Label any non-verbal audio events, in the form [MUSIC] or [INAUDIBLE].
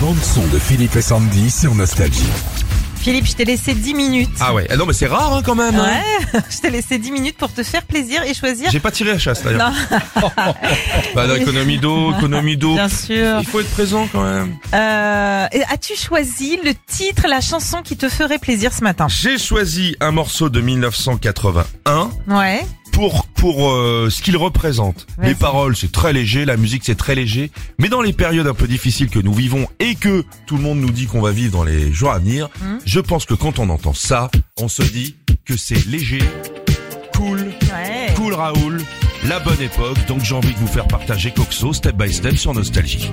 bande son de Philippe et Sandy sur Nostalgie. Philippe, je t'ai laissé 10 minutes. Ah ouais, Ah non mais c'est rare hein, quand même. hein. Ouais, [LAUGHS] je t'ai laissé 10 minutes pour te faire plaisir et choisir. J'ai pas tiré la chasse d'ailleurs. Non, [LAUGHS] Pas d'économie d'eau, économie d'eau. bien sûr. Il faut être présent quand même. Euh, et As-tu choisi le titre, la chanson qui te ferait plaisir ce matin J'ai choisi un morceau de 1981 Ouais. pour pour euh, ce qu'il représente. Vas-y. Les paroles c'est très léger, la musique c'est très léger, mais dans les périodes un peu difficiles que nous vivons et que tout le monde nous dit qu'on va vivre dans les jours à venir, Mhm. je pense que quand on entend ça, on se dit que c'est léger, cool, Ouais. cool Raoul, la bonne époque. Donc j'ai envie de vous faire partager Coxo step by step sur Nostalgie.